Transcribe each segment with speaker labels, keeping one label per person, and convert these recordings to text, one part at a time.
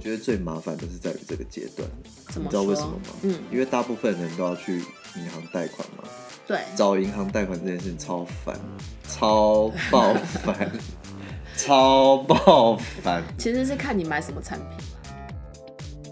Speaker 1: 觉得最麻烦的是在于这个阶段，
Speaker 2: 怎
Speaker 1: 你
Speaker 2: 么
Speaker 1: 知道为什么
Speaker 2: 说
Speaker 1: 吗？
Speaker 2: 嗯
Speaker 1: 因为大部分人都要去银行贷款嘛，
Speaker 2: 对，
Speaker 1: 找银行贷款这件事情超烦，超爆 烦，超爆烦。
Speaker 2: 其实是看你买什么产品。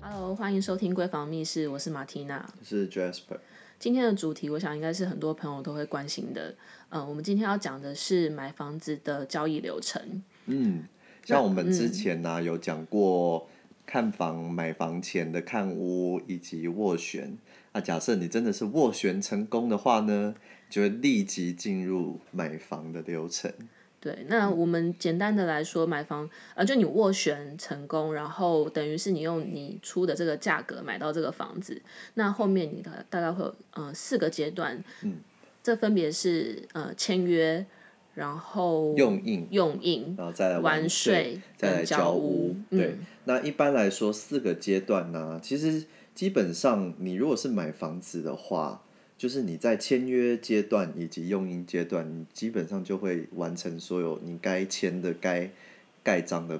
Speaker 2: Hello，欢迎收听《闺房密室》，我是马缇娜。
Speaker 1: 是 Jasper，
Speaker 2: 今天的主题，我想应该是很多朋友都会关心的。嗯、我们今天要讲的是买房子的交易流程。
Speaker 1: 嗯，像我们之前呢、有讲过看房、买房前的看屋以及斡旋。啊，假设你真的是斡旋成功的话呢，就会立即进入买房的流程。
Speaker 2: 对，那我们简单的来说，买房呃，就你斡旋成功，然后等于是你用你出的这个价格买到这个房子，那后面你的大概会有呃四个阶段，
Speaker 1: 嗯，
Speaker 2: 这分别是呃签约，然后
Speaker 1: 用印，
Speaker 2: 用印、
Speaker 1: 然后再来
Speaker 2: 完
Speaker 1: 税，
Speaker 2: 税、
Speaker 1: 再来
Speaker 2: 跟嗯交
Speaker 1: 交屋。对，
Speaker 2: 嗯，
Speaker 1: 那一般来说四个阶段呢、其实基本上你如果是买房子的话，就是你在签约阶段以及用印阶段，你基本上就会完成所有你该签的、该盖章的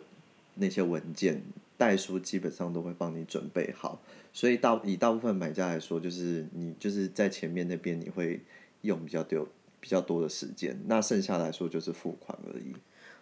Speaker 1: 那些文件，代书基本上都会帮你准备好。所以大以大部分买家来说，就是你就是在前面那边你会用比较多比较多的时间，那剩下来说就是付款而已。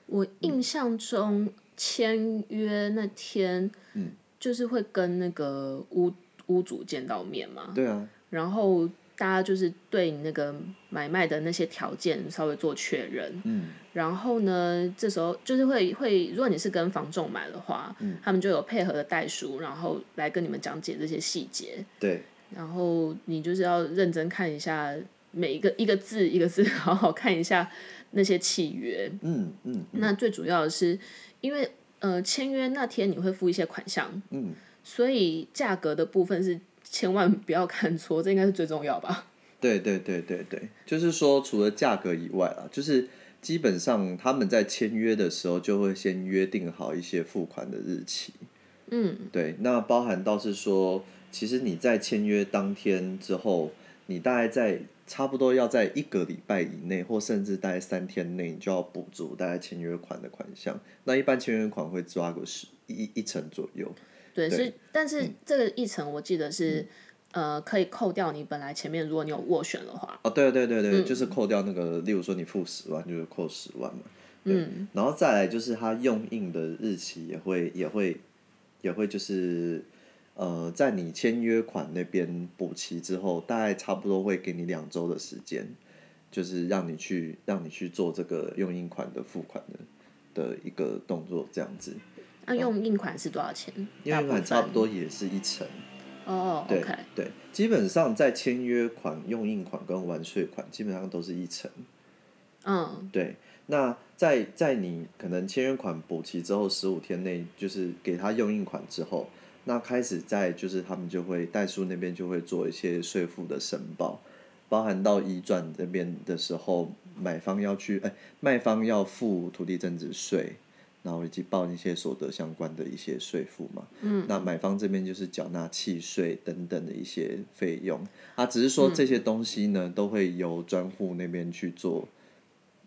Speaker 2: 我印象中签约那天，
Speaker 1: 嗯，
Speaker 2: 就是会跟那个屋屋主见到面嘛，
Speaker 1: 对啊，
Speaker 2: 然后大家就是对你那个买卖的那些条件稍微做确认，
Speaker 1: 嗯，
Speaker 2: 然后呢，这时候就是会会，如果你是跟房仲买的话，
Speaker 1: 嗯
Speaker 2: 他们就有配合的代书，然后来跟你们讲解这些细节，
Speaker 1: 对。
Speaker 2: 然后你就是要认真看一下每一个一个字一个字， 好好看一下那些契约。
Speaker 1: 嗯嗯
Speaker 2: 那最主要的是，因为呃签约那天你会付一些款项，
Speaker 1: 嗯，
Speaker 2: 所以价格的部分是千万不要看错，这应该是最重要吧。
Speaker 1: 对对对对对，就是说除了价格以外啦，就是基本上他们在签约的时候就会先约定好一些付款的日期。
Speaker 2: 嗯，
Speaker 1: 对，那包含到是说，其实你在签约当天之后，你大概在差不多要在一个礼拜以内，或甚至大概三天内，你就要补足大概签约款的款项。那一般签约款会抓个十一一成左右。
Speaker 2: 对，
Speaker 1: 对嗯
Speaker 2: 是，但是这个议程我记得是，呃，可以扣掉你本来前面如果你有斡旋的话，
Speaker 1: 哦，对对对
Speaker 2: 嗯
Speaker 1: 对，就是扣掉那个，例如说你付十万，就是扣十万嘛。
Speaker 2: 嗯，
Speaker 1: 然后再来就是它用印的日期也会也会也会就是呃，在你签约款那边补齐之后，大概差不多会给你两周的时间，就是让你去让你去做这个用印款的付款的的一个动作，这样子。
Speaker 2: 那用印款是多少钱？
Speaker 1: 哦因为
Speaker 2: 大部
Speaker 1: 款
Speaker 2: 分
Speaker 1: 差不多也是一成，
Speaker 2: 哦
Speaker 1: 对
Speaker 2: ，OK，
Speaker 1: 对，基本上在签约款、用印款跟完税款基本上都是一成。
Speaker 2: 嗯，
Speaker 1: 对，那在在你可能签约款补齐之后十五天内，就是给他用印款之后，那开始在就是他们就会代书那边就会做一些税负的申报，包含到移转这边的时候，买方要去哎卖方要付土地增值税。然后以及报一些所得相关的一些税负嘛，嗯，那买方这边就是缴纳契税等等的一些费用啊，只是说这些东西呢、都会由专户那边去做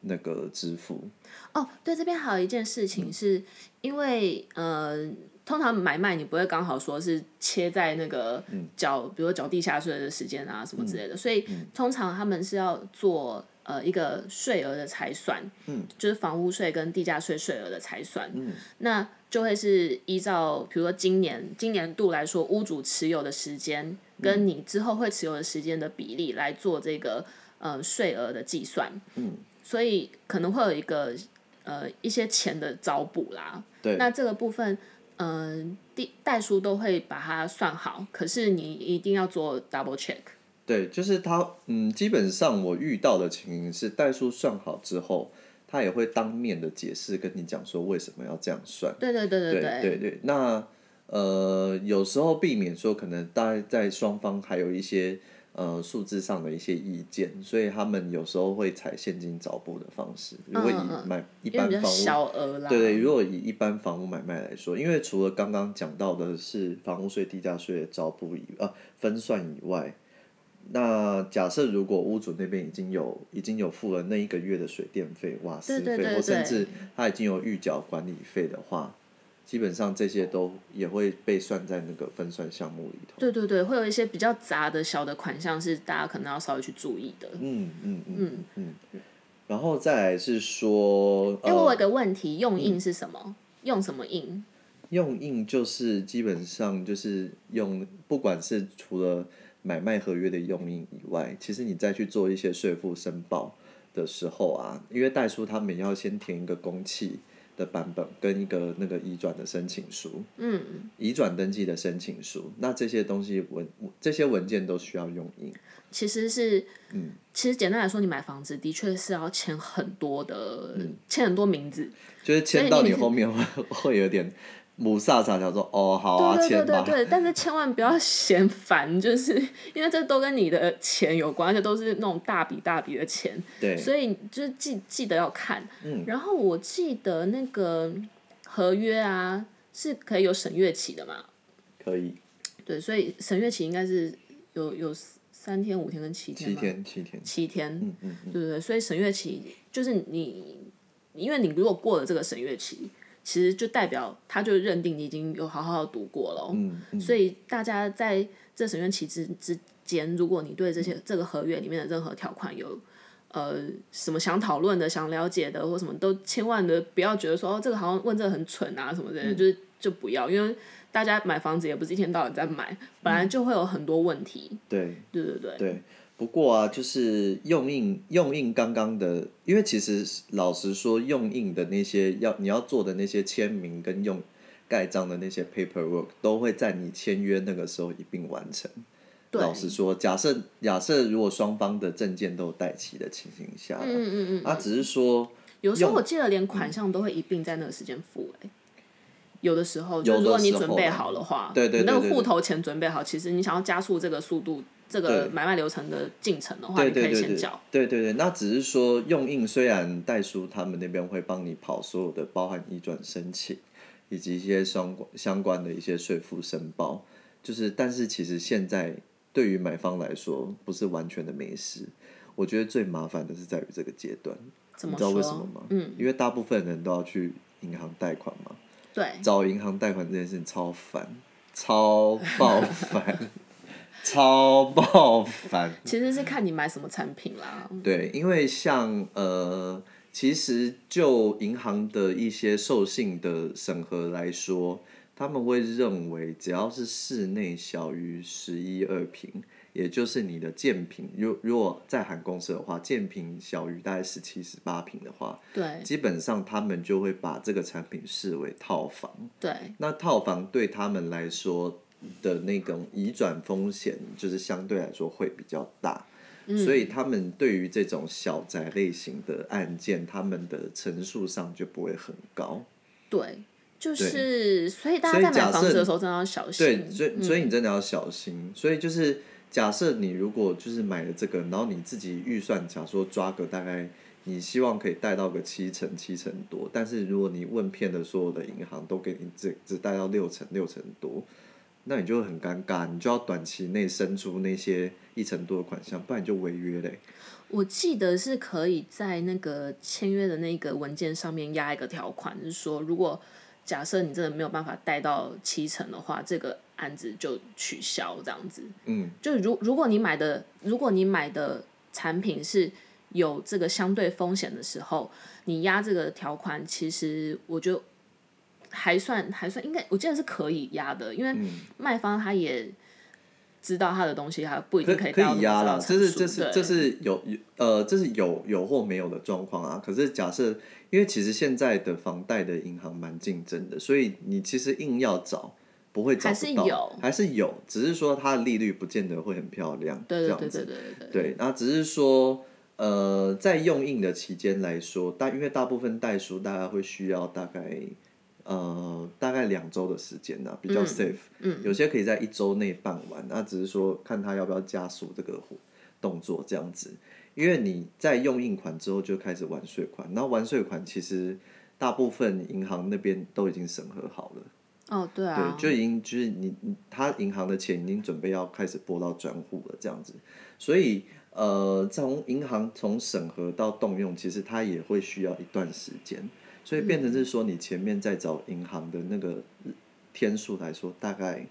Speaker 1: 那个支付。
Speaker 2: 哦，对，这边还有一件事
Speaker 1: 嗯
Speaker 2: 情是，因为呃，通常买卖你不会刚好说是切在那个
Speaker 1: 嗯
Speaker 2: 缴，比如说缴地下税的时间啊什么之类的，所以通常他们是要做呃一个税额的拆算，
Speaker 1: 嗯，
Speaker 2: 就是房屋税跟地价税税额的拆算，嗯，那就会是依照比如说今年今年度来说，屋主持有的时间
Speaker 1: 嗯
Speaker 2: 跟你之后会持有的时间的比例来做这个呃税额的计算，
Speaker 1: 嗯，
Speaker 2: 所以可能会有一个呃一些钱的找补啦。
Speaker 1: 对
Speaker 2: 那这个部分，嗯、第代书都会把它算好，可是你一定要做 double check。
Speaker 1: 对，就是他，嗯，基本上我遇到的情形是，代数算好之后，他也会当面的解释跟你讲说为什么要这样算。
Speaker 2: 对对对
Speaker 1: 对
Speaker 2: 对，
Speaker 1: 对对，那呃，有时候避免说可能大家在双方还有一些呃数字上的一些意见，所以他们有时候会采现金找补的方式。如果
Speaker 2: 嗯
Speaker 1: 以
Speaker 2: 嗯
Speaker 1: 买一
Speaker 2: 因为
Speaker 1: 般
Speaker 2: 比较
Speaker 1: 房屋
Speaker 2: 小额啦。
Speaker 1: 对对，如果以一般房屋买卖来说，因为除了刚刚讲到的是房屋税、地价税的招补以呃分算以外，那假设如果屋主那边已经有已经有付了那一个月的水电费、瓦斯费，
Speaker 2: 对对对
Speaker 1: 或甚
Speaker 2: 对
Speaker 1: 至他已经有预缴管理费的话，基本上这些都也会被算在那个分算项目里头。
Speaker 2: 对对对，会有一些比较杂的小的款项是大家可能要稍微去注意的。
Speaker 1: 嗯嗯嗯嗯然后再来是说，
Speaker 2: 哎、
Speaker 1: 呃
Speaker 2: 我有个问题，用印是什么？用什么印？
Speaker 1: 用印就是基本上就是用，不管是除了买卖合约的用印以外，其实你再去做一些税负申报的时候啊，因为代书他们要先填一个公契的版本跟一个那个移转的申请书，
Speaker 2: 嗯，
Speaker 1: 移转登记的申请书，那这些东西文这些文件都需要用印。
Speaker 2: 其实是，嗯，其实简单来说，你买房子的确是要签很多的，
Speaker 1: 嗯
Speaker 2: 签、很多名字。
Speaker 1: 就是签到你后面会会有点母萨萨，想说哦好啊
Speaker 2: 对对
Speaker 1: 签
Speaker 2: 对对
Speaker 1: 吧，
Speaker 2: 对，但是千万不要嫌烦，就是因为这都跟你的钱有关，而且都是那种大笔大笔的钱，
Speaker 1: 对，
Speaker 2: 所以就是记记得要看。
Speaker 1: 嗯
Speaker 2: 然后我记得那个合约啊是可以有审阅期的嘛，
Speaker 1: 可以
Speaker 2: 对，所以审阅期应该是有有三天、五天跟七天
Speaker 1: 七
Speaker 2: 嘛，
Speaker 1: 天七天，
Speaker 2: 七天，
Speaker 1: 嗯嗯嗯，
Speaker 2: 对对对，所以审阅期就是你，因为你如果过了这个审阅期，其实就代表他就认定你已经有好好地读过了哦、
Speaker 1: 嗯嗯
Speaker 2: 所以大家在这审阅期之之间，如果你对这些这个合约里面的任何条款有呃什么想讨论的、想了解的或什么，都千万的不要觉得说哦这个好像问这个很蠢啊什么的，就是就不要，因为大家买房子也不是一天到晚在买，本来就会有很多问题。
Speaker 1: 对。
Speaker 2: 对对对，
Speaker 1: 对，不过啊，就是用印用印刚刚的，因为其实老实说，用印的那些要你要做的那些签名跟用盖章的那些 paperwork，都会在你签约那个时候一并完成。
Speaker 2: 对
Speaker 1: 老实说，假设假设如果双方的证件都有带齐的情形下，
Speaker 2: 嗯嗯嗯。
Speaker 1: 啊，只是说
Speaker 2: 有时候
Speaker 1: 用
Speaker 2: 我记得连款项都会一并在那个时间付、哎、有的时候就
Speaker 1: 有的
Speaker 2: 如果你
Speaker 1: 时
Speaker 2: 准
Speaker 1: 候
Speaker 2: 备
Speaker 1: 啊
Speaker 2: 好的话，
Speaker 1: 对对
Speaker 2: 你那
Speaker 1: 对
Speaker 2: 个
Speaker 1: 对
Speaker 2: 户
Speaker 1: 对
Speaker 2: 头钱准备好，其实你想要加速这个速度，这个
Speaker 1: 对
Speaker 2: 买卖流程的进程的话，
Speaker 1: 对
Speaker 2: 你可
Speaker 1: 对
Speaker 2: 以
Speaker 1: 对
Speaker 2: 先
Speaker 1: 对
Speaker 2: 缴。
Speaker 1: 对对对，那只是说用印，虽然代书他们那边会帮你跑所有的包含移转申请，以及一些相关相关的一些税负申报，就是但是其实现在对于买方来说不是完全的没事，我觉得最麻烦的是在于这个阶段，
Speaker 2: 怎
Speaker 1: 你
Speaker 2: 么
Speaker 1: 知道
Speaker 2: 说？
Speaker 1: 为什么吗？
Speaker 2: 嗯，
Speaker 1: 因为大部分人都要去银行贷款嘛，
Speaker 2: 对，
Speaker 1: 找银行贷款这件事情超烦，超爆烦，超爆烦。
Speaker 2: 其实是看你买什么产品啦。
Speaker 1: 对，因为像呃，其实就银行的一些授信的审核来说，他们会认为只要是室内小于十一二平，也就是你的建平，如如果在含公司的话，建平小于大概十七十八平的话，
Speaker 2: 对
Speaker 1: 基本上他们就会把这个产品视为套房。
Speaker 2: 对
Speaker 1: 那套房对他们来说的那种移转风险，就是相对来说会比较大，所以他们对于这种小宅类型的案件，他们的陈述上就不会很高。
Speaker 2: 对，就是所以大
Speaker 1: 所以
Speaker 2: 家在
Speaker 1: 假
Speaker 2: 买房
Speaker 1: 设
Speaker 2: 子的时候真的要小
Speaker 1: 对，
Speaker 2: 心。嗯
Speaker 1: 所以所以你真的要小心。所以就是假设你如果就是买了这个，然后你自己预算，假说抓个大概。你希望可以贷到个七成、七成多，但是如果你问遍的所有的银行都给你只只贷到六成、六成多，那你就会很尴尬，你就要短期内生出那些一成多的款项，不然你就违约嘞。
Speaker 2: 我记得是可以在那个签约的那个文件上面压一个条款，就是说，如果假设你真的没有办法贷到七成的话，这个案子就取消这样子。
Speaker 1: 嗯，
Speaker 2: 就如如果你买的，如果你买的产品是有这个相对风险的时候，你压这个条款，其实我觉得还算还算应该，我记得是可以压的，因为
Speaker 1: 嗯
Speaker 2: 卖方他也知道他的东西，他不一定
Speaker 1: 可
Speaker 2: 以贷到
Speaker 1: 以压
Speaker 2: 了，
Speaker 1: 啦，这是这是
Speaker 2: 对
Speaker 1: 这是有有呃这是有有或没有的状况啊。可是假设，因为其实现在的房贷的银行蛮竞争的，所以你其实硬要找不会找
Speaker 2: 还
Speaker 1: 不
Speaker 2: 是
Speaker 1: 到，
Speaker 2: 有
Speaker 1: 还是有，只是说它的利率不见得会很漂亮，
Speaker 2: 对
Speaker 1: 这
Speaker 2: 对
Speaker 1: 样
Speaker 2: 对
Speaker 1: 子
Speaker 2: 对对对对。
Speaker 1: 对，那只是说，呃，在用印的期间来说，但因为大部分代书大概会需要大概呃大概两周的时间呢、比较 safe 嗯。有些可以在一周内办完，那只是说看他要不要加速这个活动作这样子。因为你在用印款之后就开始完税款，那完税款其实大部分银行那边都已经审核好了。
Speaker 2: 哦，对啊，
Speaker 1: 对，就已经就是你你他银行的钱已经准备要开始拨到专户了，这样子，所以呃，从银行从审核到动用，其实它也会需要一段时间。所以
Speaker 2: 嗯
Speaker 1: 变成是说你前面在找银行的那个天数来说，大概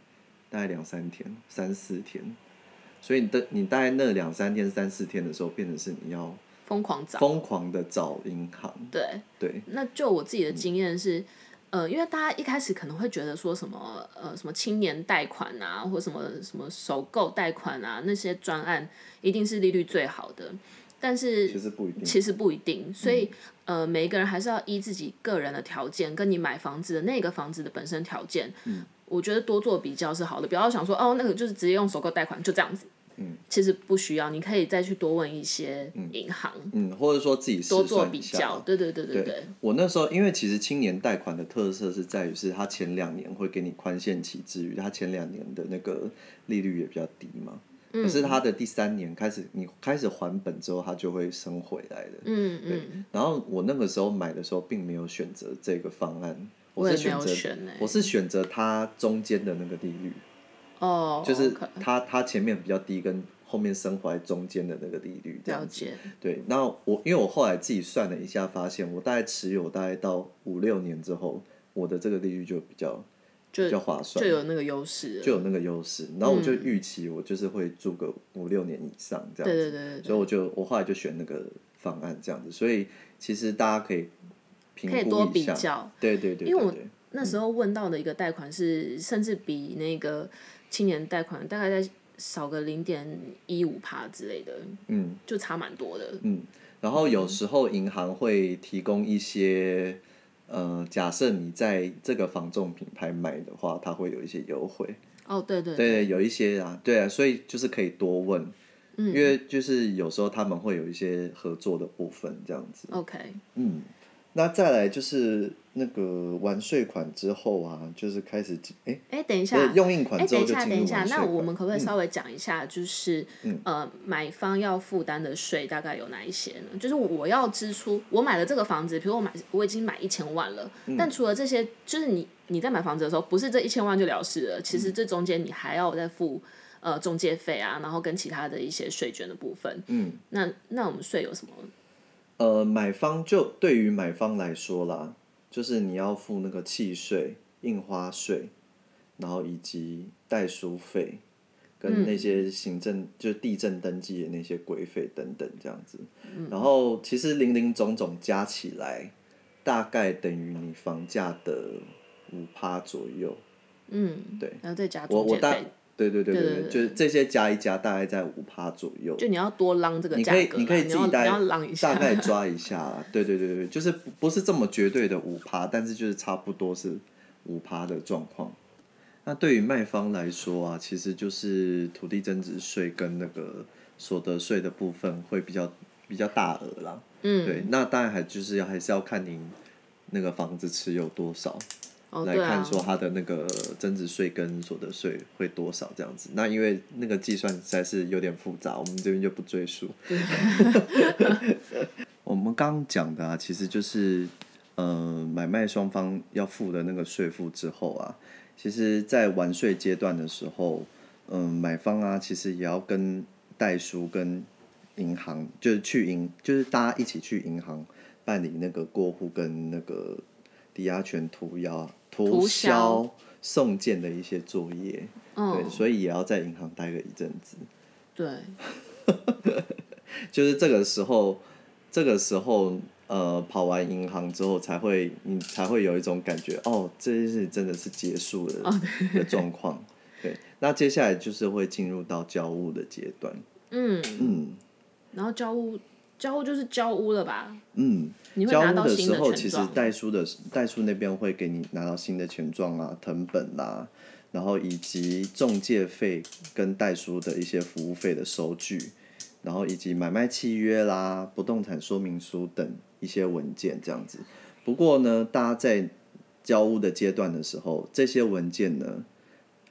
Speaker 1: 大概两三天、三四天，所以你的你大概那两三天、三四天的时候，变成是你要
Speaker 2: 疯狂找。
Speaker 1: 疯狂的找银行，
Speaker 2: 对，
Speaker 1: 对，
Speaker 2: 那就我自己的经验是，
Speaker 1: 嗯
Speaker 2: 呃，因为大家一开始可能会觉得说什么呃什么青年贷款啊，或什么什么首购贷款啊那些专案，一定是利率最好的，但是
Speaker 1: 其实不一定，
Speaker 2: 其实不一
Speaker 1: 嗯
Speaker 2: 定，所以、呃，每一个人还是要依自己个人的条件，跟你买房子的那个房子的本身条件，
Speaker 1: 嗯
Speaker 2: 我觉得多做比较是好的，不要想说哦，那个就是直接用首购贷款就这样子，嗯，其实不需要，你可以再去多问一些银行，
Speaker 1: 嗯，或者说自己试
Speaker 2: 多做
Speaker 1: 算
Speaker 2: 比
Speaker 1: 一下
Speaker 2: 较，
Speaker 1: 啦
Speaker 2: 对对对对对，
Speaker 1: 我那时候，因为其实青年贷款的特色是在于，是它前两年会给你宽限期之余，它前两年的那个利率也比较低嘛。
Speaker 2: 嗯
Speaker 1: 可是它的第三年开始，你开始还本之后，它就会升回来的。
Speaker 2: 嗯
Speaker 1: 对
Speaker 2: 嗯，
Speaker 1: 然后我那个时候买的时候，并没有选择这个方案，
Speaker 2: 我
Speaker 1: 是
Speaker 2: 也没
Speaker 1: 选
Speaker 2: 有
Speaker 1: 择
Speaker 2: 选欸呢、
Speaker 1: 我是选择它中间的那个利率，
Speaker 2: 哦，
Speaker 1: 就是
Speaker 2: 可
Speaker 1: 它它前面比较低，跟后面升回来中间的那个利率这样
Speaker 2: 了
Speaker 1: 子。
Speaker 2: 解，
Speaker 1: 对，那我因为我后来自己算了一下，发现我大概持有大概到五六年之后，我的这个利率就比较
Speaker 2: 就
Speaker 1: 比较划算
Speaker 2: 就，有嗯那个优势了，
Speaker 1: 就有那个优势。然后我就预期我就是会住个五六年以上这样
Speaker 2: 对
Speaker 1: 子，
Speaker 2: 对对对
Speaker 1: 所以我就我后来就选那个方案这样子。所以其实大家可以评
Speaker 2: 可以
Speaker 1: 估
Speaker 2: 多
Speaker 1: 一
Speaker 2: 比
Speaker 1: 下，
Speaker 2: 较，
Speaker 1: 对对对
Speaker 2: 因为
Speaker 1: 对
Speaker 2: 我
Speaker 1: 对，
Speaker 2: 那时候问到的一个贷款是，甚至比那个青年贷款大概在少个零点一五帕之类的，
Speaker 1: 嗯
Speaker 2: 就差蛮多的。
Speaker 1: 嗯。然后有时候银行会提供一些。呃，假设你在这个房仲品牌买的话，它会有一些优惠。
Speaker 2: 哦，对对，
Speaker 1: 对，有一些啊，对啊，所以就是可以多问，
Speaker 2: 嗯
Speaker 1: 因为就是有时候他们会有一些合作的部分这样子。
Speaker 2: OK，
Speaker 1: 嗯，那再来就是那个完税款之后啊，就是开始进哎，
Speaker 2: 哎，等一下。
Speaker 1: 对用印款
Speaker 2: 哎，
Speaker 1: 之
Speaker 2: 等
Speaker 1: 后
Speaker 2: 一
Speaker 1: 就
Speaker 2: 下，
Speaker 1: 进
Speaker 2: 等一
Speaker 1: 入
Speaker 2: 下，
Speaker 1: 完税
Speaker 2: 那
Speaker 1: 款。嗯
Speaker 2: 我们可不可以稍微讲一下，就是、呃，买方要负担的税大概有哪一些呢？就是我要支出，我买了这个房子，比如我买我已经买一千万了，
Speaker 1: 嗯
Speaker 2: 但除了这些，就是你你在买房子的时候，不是这一千万就了事了，其
Speaker 1: 嗯
Speaker 2: 实这中间你还要再付呃中介费啊，然后跟其他的一些税捐的部分。嗯，那那我们税有什么？
Speaker 1: 呃，买方就对于买方来说啦，就是你要付那个契税、印花税，然后以及代书费，跟那些行
Speaker 2: 嗯
Speaker 1: 政、就是地震登记的那些规费等等这样子。
Speaker 2: 嗯
Speaker 1: 然后其实零零总总加起来，大概等于你房价的五趴左右。
Speaker 2: 嗯，
Speaker 1: 对，
Speaker 2: 然后再加
Speaker 1: 我
Speaker 2: 中
Speaker 1: 我
Speaker 2: 介
Speaker 1: 大
Speaker 2: 费，
Speaker 1: 对对对
Speaker 2: 对
Speaker 1: 对
Speaker 2: 对
Speaker 1: 对，就是这些加一加，大概在五趴左右。
Speaker 2: 就你要多浪这个
Speaker 1: 你
Speaker 2: 价
Speaker 1: 可以
Speaker 2: 格啦，
Speaker 1: 你可以自
Speaker 2: 要
Speaker 1: 己
Speaker 2: 你
Speaker 1: 大
Speaker 2: 要浪一下
Speaker 1: 大， 概抓一下啦，对对对对，就是不不是这么绝对的五趴，但是就是差不多是五趴的状况。那对于卖方来说啊，其实就是土地增值税跟那个所得税的部分会比较比较大额啦。
Speaker 2: 嗯，
Speaker 1: 对，那当然还就是要还是要看您那个房子持有多少，
Speaker 2: 哦，
Speaker 1: 来
Speaker 2: 对啊
Speaker 1: 看，说它的那个增值税跟所得税会多少这样子。那因为那个计算实在是有点复杂，我们这边就不赘述。 我们刚刚讲的啊，其实就是，呃，买卖双方要付的那个税负之后啊，其实，在完税阶段的时候，嗯、买方啊，其实也要跟代书跟银行，就是去银，就是大家一起去银行办理那个过户跟那个抵押权涂销、涂
Speaker 2: 涂销
Speaker 1: 销送件的一些作业，
Speaker 2: 嗯，
Speaker 1: 对，所以也要在银行待个一阵子。
Speaker 2: 对。
Speaker 1: 就是这个时候，这个时候，呃，跑完银行之后，才会你才会有一种感觉，哦，这件事真的是结束了的状况。对，那接下来就是会进入到交物的阶段。
Speaker 2: 嗯，
Speaker 1: 嗯
Speaker 2: 然后交屋，交屋就是交屋了吧？
Speaker 1: 嗯，
Speaker 2: 你会
Speaker 1: 交
Speaker 2: 拿
Speaker 1: 物
Speaker 2: 到
Speaker 1: 的
Speaker 2: 新
Speaker 1: 时候，
Speaker 2: 权
Speaker 1: 其实
Speaker 2: 状。
Speaker 1: 代书的代书那边会给你拿到新的权状啊、藤本啦、然后以及中介费跟代书的一些服务费的收据，然后以及买卖契约啦、不动产说明书等一些文件这样子。不过呢，大家在交屋的阶段的时候，这些文件呢，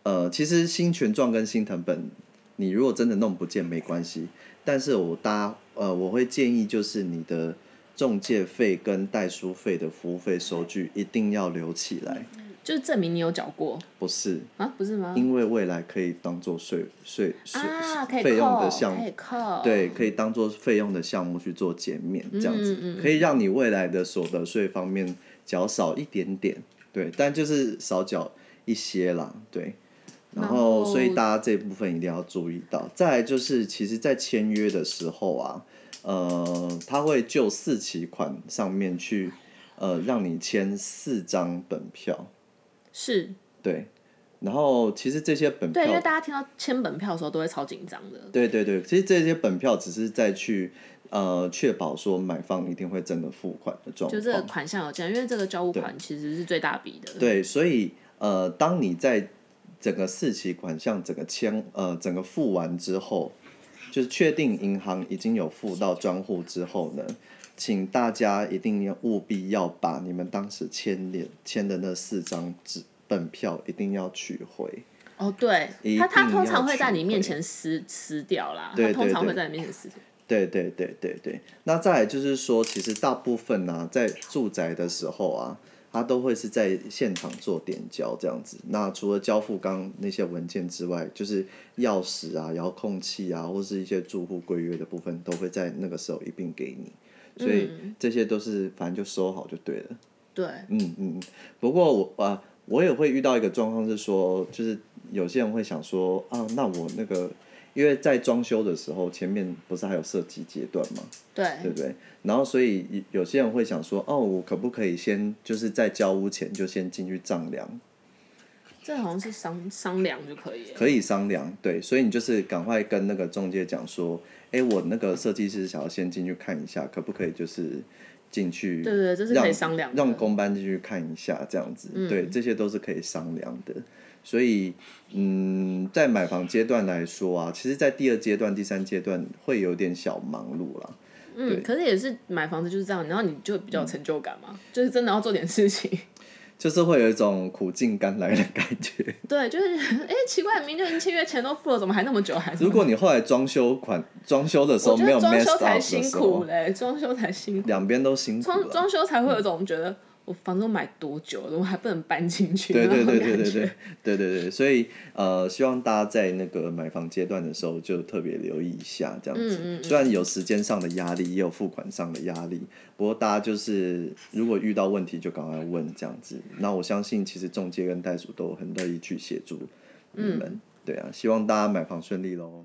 Speaker 1: 呃，其实新权状跟新藤本，你如果真的弄不见没关系，但是我搭呃，我会建议就是你的中介费跟代书费的服务费收据一定要留起来，
Speaker 2: 就是证明你有缴过
Speaker 1: 不是
Speaker 2: 啊，不是吗？
Speaker 1: 因为未来可以当做税税税
Speaker 2: 啊，可以
Speaker 1: 费用的
Speaker 2: 扣，
Speaker 1: 项
Speaker 2: 可以扣，
Speaker 1: 对，可以当做费用的项目去做减免，这样子、
Speaker 2: 嗯嗯
Speaker 1: 可以让你未来的所得税方面缴少一点点，对，但就是少缴一些啦，对。然后，所以大家这部分一定要注意到。再来就是，其实，在签约的时候啊，呃，他会就四期款上面去，呃，让你签四张本票，
Speaker 2: 是
Speaker 1: 对。然后，其实这些本票
Speaker 2: 对，因为大家听到签本票的时候都会超紧张的。
Speaker 1: 对对对，其实这些本票只是在去呃确保说买方一定会真的付款的状
Speaker 2: 就这个
Speaker 1: 况。
Speaker 2: 款项有这样，因为这个交物款其实是最大笔的。
Speaker 1: 对，所以呃，当你在整个四期款项整个签呃整个付完之后，就是确定银行已经有付到专户之后呢，请大家一定要务必要把你们当时签的签的那四张纸本票一定要取回。
Speaker 2: 哦，对
Speaker 1: 一，
Speaker 2: 他他
Speaker 1: 定要
Speaker 2: 通常会在
Speaker 1: 取
Speaker 2: 你面前撕撕掉啦，
Speaker 1: 对
Speaker 2: 他通
Speaker 1: 对
Speaker 2: 常
Speaker 1: 对
Speaker 2: 会在你面前撕掉。
Speaker 1: 对对对对对，那再来就是说，其实大部分呢、在住宅的时候啊，它都会是在现场做点交这样子。那除了交付刚刚那些文件之外，就是钥匙啊、遥控器啊，或是一些住户规约的部分，都会在那个时候一并给你。所以这些都是反正就收好就对了。
Speaker 2: 对，
Speaker 1: 嗯嗯，嗯，不过我啊，我也会遇到一个状况是说，就是有些人会想说啊，那我那个，因为在装修的时候，前面不是还有设计阶段吗？对
Speaker 2: 对，
Speaker 1: 不对？然后所以有有些人会想说，哦，我可不可以先就是在交屋前就先进去丈量？
Speaker 2: 这好像是商商量就可以了。
Speaker 1: 可以商量，对，所以你就是赶快跟那个中介讲说，哎，我那个设计师想要先进去看一下，可不可以就是进去让？
Speaker 2: 对对这是可以商量的嗯
Speaker 1: 让公班进去看一下，这样子，对，这些都是可以商量的。所以，嗯，在买房阶段来说啊，其实，在第二阶段、第三阶段会有点小忙碌啦。
Speaker 2: 嗯，可是也是买房子就是这样，然后你就
Speaker 1: 嗯
Speaker 2: 比较有成就感嘛，就是真的要做点事情。
Speaker 1: 就是会有一种苦尽甘来的感觉。
Speaker 2: 对，就是 哎、诶奇怪，明明就已经签约钱都付了，怎么还那么久？还是
Speaker 1: 如果你后来装修款装修的时候
Speaker 2: 我觉
Speaker 1: 没有
Speaker 2: 得
Speaker 1: m
Speaker 2: 装
Speaker 1: e s s up
Speaker 2: 修才
Speaker 1: 的
Speaker 2: 辛
Speaker 1: 时
Speaker 2: 苦
Speaker 1: 候，
Speaker 2: 嘞，装修才辛苦，
Speaker 1: 两边都辛苦
Speaker 2: 装
Speaker 1: 了。
Speaker 2: 装修才会有一种觉得我房子都买多久了，我还不能搬进去
Speaker 1: 对
Speaker 2: 那
Speaker 1: 对
Speaker 2: 种
Speaker 1: 对对
Speaker 2: 感
Speaker 1: 对
Speaker 2: 觉
Speaker 1: 对。对对对，所以呃，希望大家在那个买房阶段的时候就特别留意一下，这样子。
Speaker 2: 嗯
Speaker 1: 虽然有时间上的压力，也有付款上的压力，不过大家就是如果遇到问题就赶快问这样子。那我相信其实中介跟袋鼠都很
Speaker 2: 嗯
Speaker 1: 乐意去协助你们。对啊，希望大家买房顺利喽。